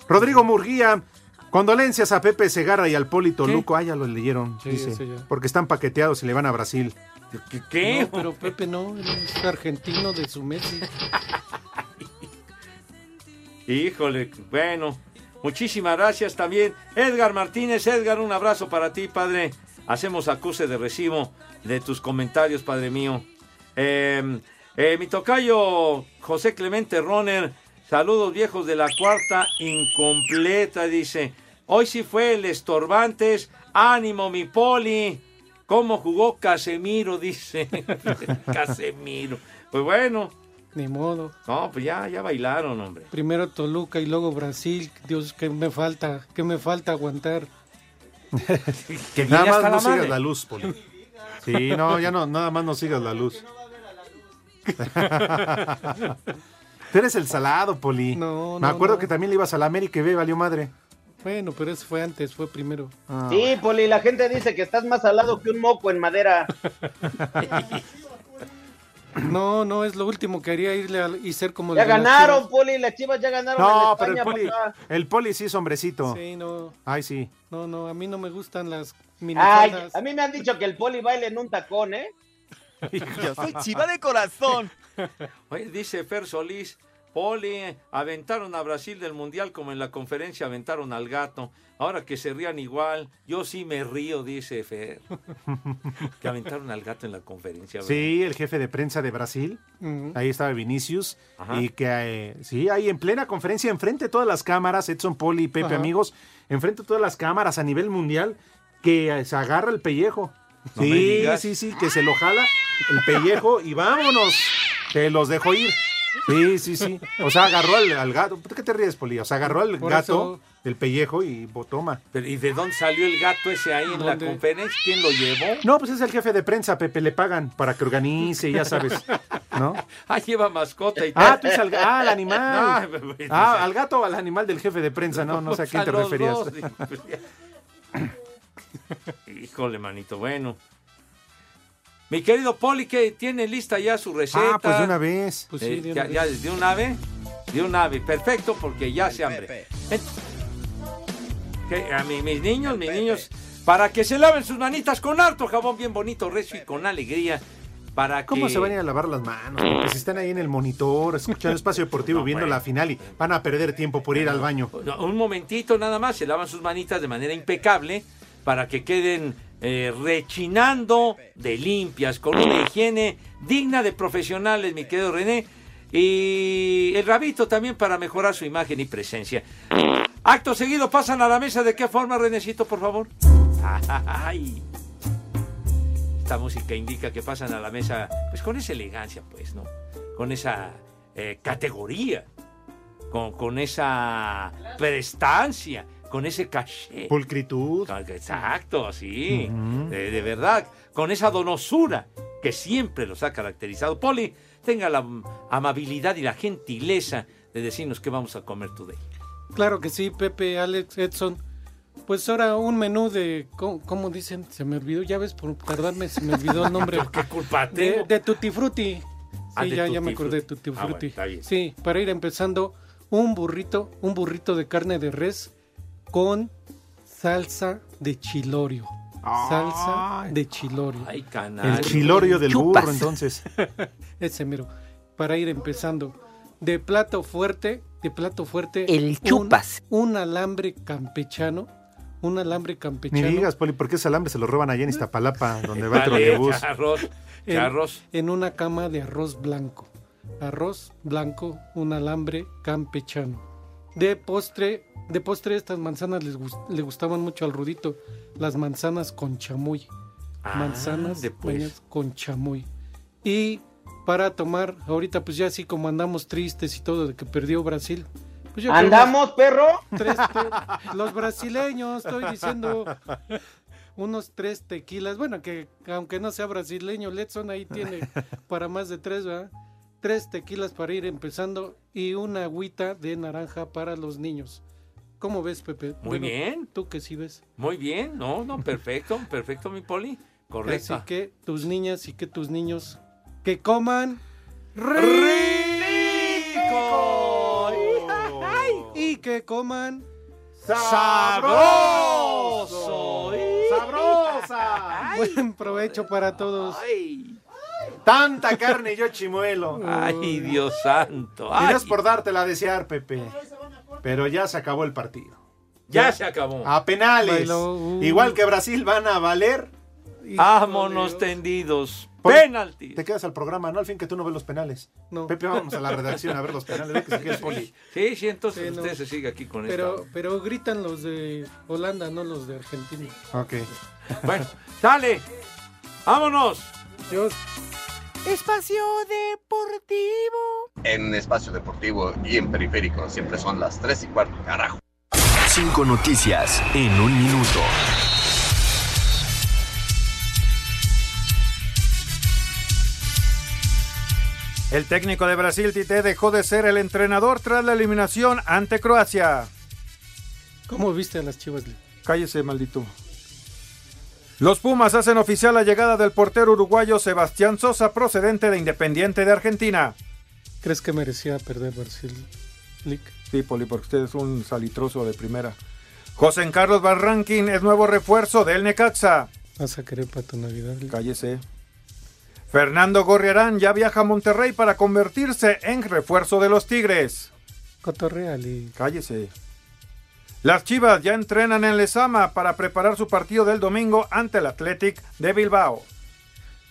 Rodrigo Murguía, condolencias a Pepe Segarra y al Polito Luco. Ah, ya lo leyeron, Sí, eso dice. ya. Porque están paqueteados y le van a Brasil. ¿Qué? No, pero Pepe no, él es argentino de su Messi. híjole, bueno. Muchísimas gracias también. Edgar Martínez, Edgar, un abrazo para ti, padre. Hacemos acuse de recibo de tus comentarios, padre mío. Eh, eh, mi tocayo José Clemente Roner, saludos viejos de la cuarta incompleta, dice. Hoy sí fue el estorbantes, ánimo mi poli. ¿Cómo jugó Casemiro? Dice Casemiro. Pues bueno, Ni modo. no, pues ya, ya bailaron, hombre. Primero Toluca y luego Brasil. Dios, ¿qué me falta? ¿Qué me falta aguantar? Nada viene más hasta no la sigas madre. la luz, Poli. Sí, no, ya no, nada más no sigas la luz. Tú eres el salado, Poli. No, no, Me acuerdo no. que también le ibas a la América y ve, valió madre. Bueno, pero eso fue antes, fue primero. Sí, Poli, la gente dice que estás más salado que un moco en madera. No, no, es lo último que haría irle al- y ser como... Ya el de las ganaron, Chivas. Poli, las chivas ya ganaron No, en pero el España, Poli, papá. el Poli sí es hombrecito. Sí, no, Ay, sí. no, no, a mí no me gustan las Ay, minifaldas. a mí me han dicho que el Poli baila en un tacón, ¿eh? Yo soy chiva de corazón. Oye, dice Fer Solís, Poli, aventaron a Brasil del Mundial como en la conferencia aventaron al gato. Ahora que se rían igual, yo sí me río, dice Fer. que aventaron al gato en la conferencia. ¿verdad? Sí, el jefe de prensa de Brasil. Ujú. Ahí estaba Vinicius. Ajá. Y que eh, sí, ahí en plena conferencia, enfrente de todas las cámaras, Edson Poli y Pepe, Ajá. amigos, enfrente de todas las cámaras a nivel mundial, que eh, se agarra el pellejo. No me sí, digas. sí, sí, que se lo jala el pellejo y vámonos. Te los dejo ir. Sí, sí, sí. O sea, agarró al, al gato. ¿Por qué te ríes, Poli? O sea, agarró al Por gato eso. del pellejo y bo- toma. Pero, ¿Y de dónde salió el gato ese ahí en la ¿Dónde? conferencia? ¿Quién lo llevó? No, pues es el jefe de prensa, Pepe, le pagan para que organice, ya sabes. ¿No? Ah, lleva mascota y Ah, tú dices al, ga- ah, al animal. No, pues, ah, al gato o al animal del jefe de prensa, no, no sé a quién te los referías. dos, digo, pues, ya. Híjole, manito, bueno. Mi querido Poli, que tiene lista ya su receta. Ah, pues de una vez. Eh, ya, ya, de un ave, de un ave, perfecto, porque ya se hambre. Ent- que a mi- mis niños, mis niños, para que se laven sus manitas con harto jabón bien bonito, recio y con alegría. Para ¿Cómo que- se van a ir a lavar las manos? Porque si están ahí en el monitor, escuchando Espacio Deportivo, viendo la final y van a perder tiempo por ir al baño. No, un momentito nada más, se lavan sus manitas de manera impecable para que queden eh, rechinando de limpias, con una higiene digna de profesionales, mi querido René. Y el rabito también para mejorar su imagen y presencia. Acto seguido, pasan a la mesa. ¿De qué forma, Renecito, por favor? Ay. Esta música indica que pasan a la mesa, pues con esa elegancia, pues, ¿no? Con esa eh, categoría, con, con esa prestancia, con ese caché. Pulcritud. Pues, Exacto, sí. Ujú. de, de verdad, con esa donosura que siempre los ha caracterizado. Poli, tenga la amabilidad y la gentileza de decirnos qué vamos a comer today. Claro que sí, Pepe, Alex, Edson. Pues ahora un menú de, ¿cómo, cómo dicen? Se me olvidó, ya ves, por tardarme se me olvidó el nombre. ¿Qué culpa De, tengo? de Tutti Frutti. Sí, Ah, de ya, ya Tutti me acordé de Frutti. Tutti Ah, bueno, Frutti. está bien. Sí, para ir empezando, un burrito, un burrito de carne de res con salsa de chilorio. Ah, Salsa de chilorio. Ay, canario. El chilorio del burro, entonces. Ese mero. Para ir empezando. De plato fuerte, de plato fuerte. El un- chupas. Un, alambre campechano. Un alambre Ni campechano. digas, Poli, porque ese alambre se lo roban allá en Iztapalapa, donde va el Vale, trolebús. charros, en, charros. en una cama de arroz blanco. Arroz blanco, un alambre campechano. De postre, de postre estas manzanas les gus- le gustaban mucho al Rudito. Las manzanas con chamoy. Ah, manzanas de pues. bañadas con chamoy. Y para tomar, ahorita pues ya así como andamos tristes y todo de que perdió Brasil. pues yo creo ¿Andamos, perro? Tres te- los brasileños, estoy diciendo unos tres tequilas. Bueno, que aunque no sea brasileño, Letson ahí tiene para más de tres, ¿verdad? Tres tequilas para ir empezando y una agüita de naranja para los niños. ¿Cómo ves, Pepe? Muy Bueno, bien. Tú que sí ves. Muy bien, no, no, perfecto, perfecto, mi Poli. Correcto. Así que tus niñas y que tus niños que coman rico. Y que coman sabroso. Sabrosa. Buen provecho para todos. Tanta carne y yo chimuelo. Ay, Dios santo. Y no Ay, es por dártela a desear, Pepe. Pero ya se acabó el partido. ya se acabó. A penales. Bailó, uh. Igual que Brasil van a valer. Ah, Vámonos tendidos. Penalti. Te quedas al programa, ¿no? Al fin que tú no ves los penales. No. Pepe, vamos a la redacción a ver los penales. Ve que se queda el poli. Sí, sí, entonces Sí, no. usted se sigue aquí con Pero, pero gritan los de Holanda, no los de Argentina. Ok. esta. Bueno, sale. Vámonos. Dios. Espacio Deportivo. En espacio deportivo y en periférico siempre son las 3 y cuarto, carajo. Cinco noticias en un minuto. El técnico de Brasil, Tite, dejó de ser el entrenador tras la eliminación ante Croacia. ¿Cómo viste a las chivas? Lee? Cállese, maldito. Los Pumas hacen oficial la llegada del portero uruguayo Sebastián Sosa, procedente de Independiente de Argentina. ¿Crees que merecía perder Brasil, Lick? Sí, Poli, porque usted es un salitroso de primera. José Carlos Barranquín es nuevo refuerzo del Necaxa. ¿Vas a querer para tu Navidad? Lick? Cállese. Fernando Gorriarán ya viaja a Monterrey para convertirse en refuerzo de los Tigres. Cotorreal y... Cállese. Las Chivas ya entrenan en Lezama para preparar su partido del domingo ante el Athletic de Bilbao.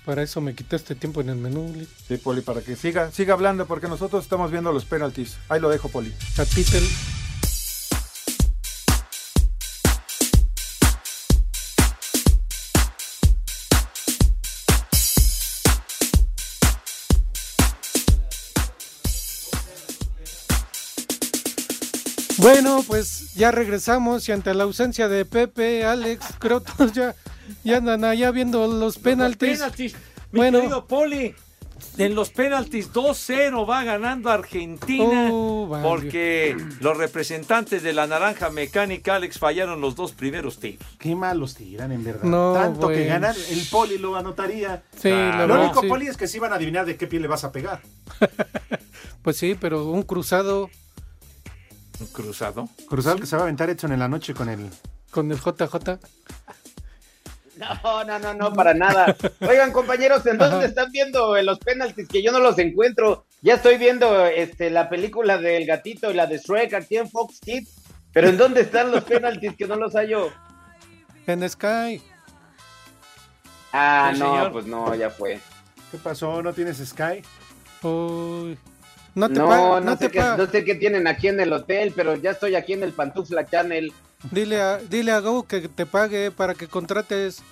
Para eso me quitaste tiempo en el menú, Lee. Sí, Poli, para que siga, siga hablando porque nosotros estamos viendo los penaltis. Ahí lo dejo, Poli. Capítulo. Bueno, pues ya regresamos y ante la ausencia de Pepe, Alex, Crotos, ya, ya andan allá viendo los penaltis. Los penaltis. Mi bueno. querido Poli, en los penaltis 2-0 va ganando Argentina oh, porque los representantes de la naranja mecánica Alex fallaron los dos primeros tiros. Qué malos tiran en verdad. No, Tanto pues. que ganar el Poli lo anotaría. Sí, ah, lo único sí. Poli es que sí van a adivinar de qué pie le vas a pegar. pues sí, pero un cruzado cruzado. Cruzado que se va a aventar hecho en la noche con el. Con el JJ. No, no, no, no, para nada. Oigan, compañeros, ¿en dónde están viendo los penaltis? Que yo no los encuentro. Ya estoy viendo este, la película del gatito y la de Shrek aquí en Fox Kids. Pero ¿en dónde están los penaltis que no los hallo? En Sky. Ah, sí, no, señor. pues no, ya fue. ¿Qué pasó? ¿No tienes Sky? Uy. No, te no, paga, no, no, sé te qué, paga. no sé qué tienen aquí en el hotel, pero ya estoy aquí en el Pantufla Channel. Dile a, dile a Go que te pague para que contrates.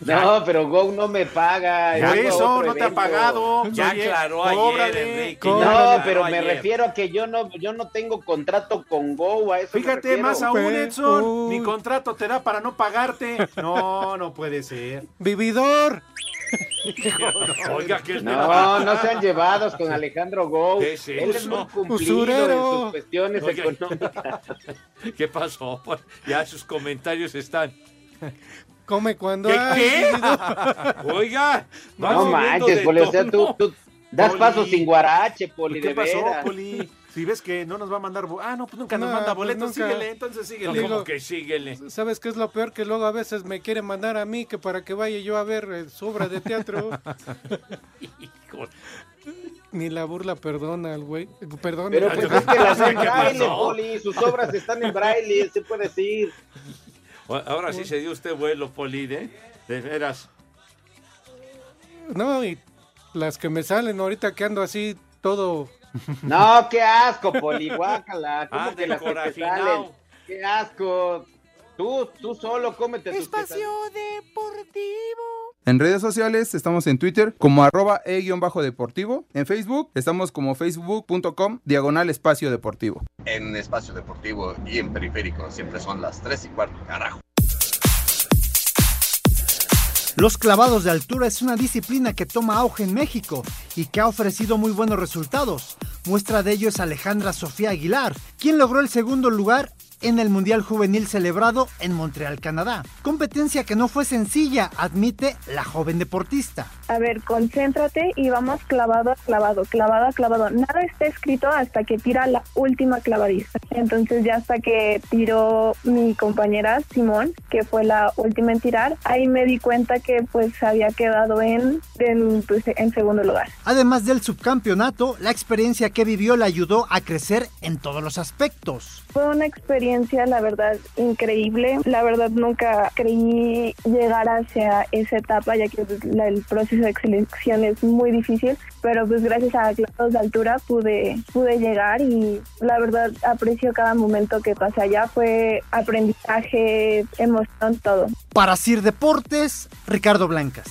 no, pero Go no me paga. Ya eso, no evento. te ha pagado. Ya aclaró ayer, Enrique. No, pero me ayer. refiero a que yo no, yo no tengo contrato con Go. A eso Fíjate, más aún, Edson. Uh. Mi contrato te da para no pagarte. no, no puede ser. ¡Vividor! no, Oiga, que no, no sean llevados con Alejandro Gou. Es Él este es muy cumplido Usurero. en sus cuestiones Oiga. económicas. ¿Qué pasó? Ya sus comentarios están. Come cuando ¿Qué? Hay, ¿qué? Oiga, no manches, Poli, o sea, tú, tú das poli. pasos sin guarache, Poli, ¿Qué de pasó, veras? Poli? Si ves que no nos va a mandar ah, no, pues nunca nos No, manda pues boletos, nunca. síguele, entonces síguele. Digo, que síguele. ¿Sabes qué es lo peor? Que luego a veces me quieren mandar a mí que para que vaya yo a ver eh, su obra de teatro. Híjole. Ni la burla perdona al güey. Perdona. Pero pues es que las en braille, Poli, sus obras están en braille, se puede decir. Ahora sí se dio usted vuelo, Poli, ¿eh? De veras. No, y las que me salen ahorita que ando así todo no, qué asco, Poli, guácala. ¿Cómo ah, que las que te salen? Qué asco. Tú, tú solo cómete tus Espacio Deportivo. En redes sociales estamos en Twitter como arroba e e-deportivo. En Facebook estamos como facebook.com diagonal espacio deportivo. En espacio deportivo y en periférico siempre son las 3 y cuarto, carajo. Los clavados de altura es una disciplina que toma auge en México y que ha ofrecido muy buenos resultados. Muestra de ello es Alejandra Sofía Aguilar, quien logró el segundo lugar en el Mundial Juvenil celebrado en Montreal, Canadá. Competencia que no fue sencilla, admite la joven deportista. A ver, concéntrate y vamos clavado a clavado, clavado a clavado. Nada está escrito hasta que tira la última clavadista. Entonces ya hasta que tiró mi compañera Simón, que fue la última en tirar, ahí me di cuenta que pues había quedado en, en, pues, en segundo lugar. Además del subcampeonato, la experiencia que vivió la ayudó a crecer en todos los aspectos. Fue una experiencia la verdad, increíble. La verdad, nunca creí llegar hacia esa etapa, ya que pues, la, el proceso de selección es muy difícil, pero pues gracias a clases de altura pude, pude llegar y la verdad aprecio cada momento que pasé allá. Fue aprendizaje, emoción, todo. Para Sir Deportes, Ricardo Blancas.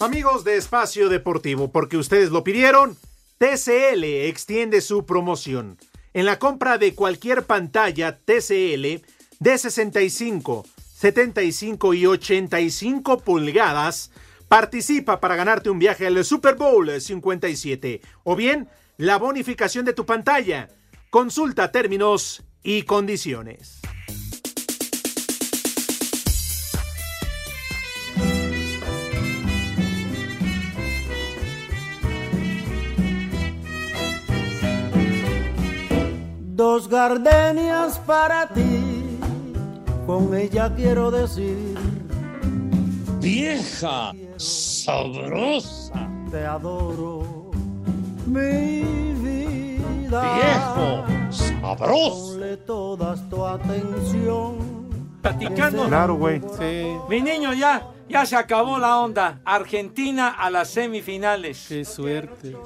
Amigos de Espacio Deportivo, porque ustedes lo pidieron, TCL extiende su promoción. En la compra de cualquier pantalla TCL de 65, 75 y 85 pulgadas, participa para ganarte un viaje al Super Bowl 57 o bien la bonificación de tu pantalla. Consulta términos y condiciones. Dos gardenias para ti, con ella quiero decir. Vieja, sabrosa. Te adoro, mi vida. Viejo, sabroso. Ponle todas tu atención. Platicando. Claro, güey. Sí. Mi niño, ya, ya se acabó la onda. Argentina a las semifinales. Qué suerte.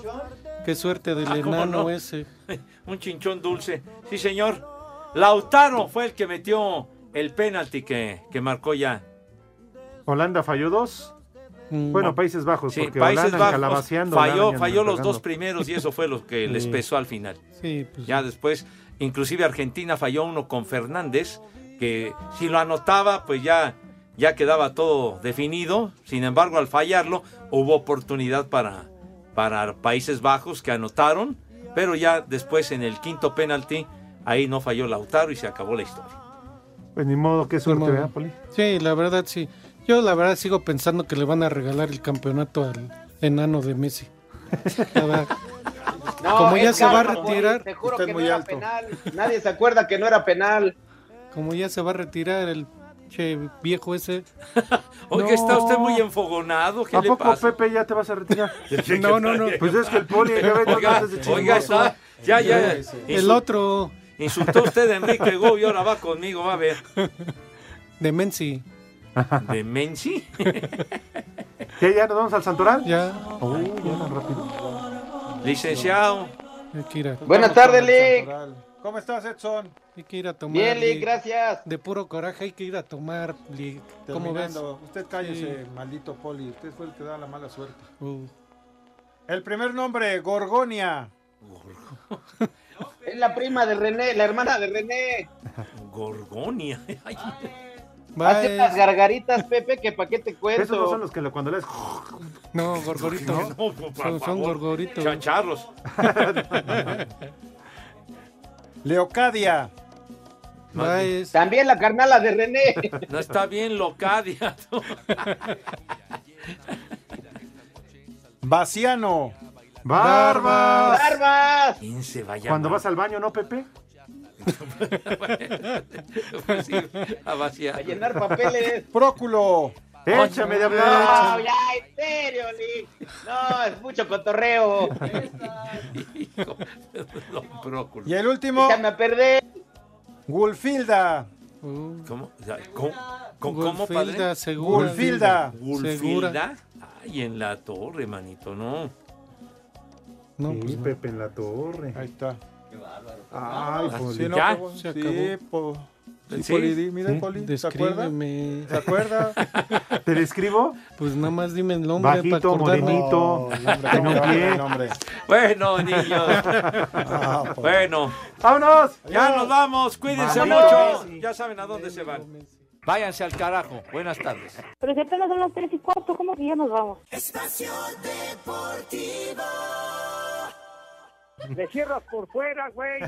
Qué suerte del Ah, ¿cómo enano no? ese. Un chinchón dulce. Sí, señor. Lautaro fue el que metió el penalti que, que marcó ya. Holanda falló dos. Mm. Bueno, Países Bajos, Sí, Pues porque Países Holanda Bajos calabaceando, falló, Holanda falló los dos cagando. primeros y eso fue lo que les Sí. pesó al final. Sí, pues. Ya después, inclusive Argentina falló uno con Fernández, que si lo anotaba, pues ya, ya quedaba todo definido. Sin embargo, al fallarlo, hubo oportunidad para, para Países Bajos que anotaron, pero ya después en el quinto penalti, ahí no falló Lautaro y se acabó la historia. Pues ni modo, qué suerte, modo. ¿verdad, Poli? Sí, la verdad sí. Yo la verdad sigo pensando que le van a regalar el campeonato al enano de Messi. La verdad. Como ya es se va a calma, güey, retirar, te juro está que muy no era alto. penal. Nadie se acuerda que no era penal. Como ya se va a retirar el che viejo ese. Oiga, No. está usted muy enfogonado, ¿qué ¿A le poco, pasa? Pepe, ya te vas a retirar? No, no, no. Pues es que el Poli ya ve Oiga, notas de oiga, chismoso. está- ya, ya. Sí, sí. El otro. Insultó usted a Enrique Gou y ahora va conmigo, va a ver. De Messi. ¿De Menchi? ¿Qué, ya nos vamos al Santoral? Ya. Uy, ya tan rápido. Licenciado. Hay que ir a- Buenas Vamos tardes, con el Lick. Santoral. ¿Cómo estás, Edson? Hay que ir a tomar. Bien, Lick, Lick. gracias. De puro coraje hay que ir a tomar. Lick. ¿Cómo ves? Terminando. Usted cállese, maldito Poli. Usted fue el que da la mala suerte. Uh. El primer nombre, Gorgonia. Es la prima de René, la hermana de René. Gorgonia. Ay. Hace unas gargaritas, Pepe, que pa' qué te cuento. Esos no son los que lo- cuando lees. No, gorgorito. No, por son, son favor. gorgoritos. Chacharros. Leocadia. También la carnala de René. No está bien Locadia. tú. Baciano. ¡Barbas! ¡Barbas! ¿Quién se va a llamar? Cuando vas al baño, ¿no, Pepe? Pues sí, a vaciar. A llenar papeles. Próculo. Échame de No, hablar. ya, en serio, Lick. No, es mucho cotorreo. Don Próculo. Y el último, Déjame perder. Gulfilda. Uh. ¿Cómo? O sea, ¿Cómo? ¿Cómo, cómo, padre? Gulfilda, segura. Gulfilda. Gulfilda. Ay, en la torre, manito, no. No, sí, pues no. Pepe en la torre. Ahí está. Ay, pues, Poli. Sí, no, Ya. pues, qué bueno. Se Sí, po. Sí, Sí. Poli, di- mira, Sí, Poli, ¿se acuerda? Descríbeme. ¿Se acuerda? ¿Te describo? Pues nada más dime el nombre para Bajito, acordarme. morenito. No, el hombre, En un el hombre, pie. el hombre. Bueno, niños. Ah, po. Bueno, pues. ¡Vámonos! ya nos vamos. Cuídense Vámonos. mucho. Ya saben a dónde se van. Váyanse al carajo. Buenas tardes. Pero si apenas son las 3 y cuarto, ¿cómo que ya nos vamos? Espacio Deportivo. Le cierras por fuera, güey.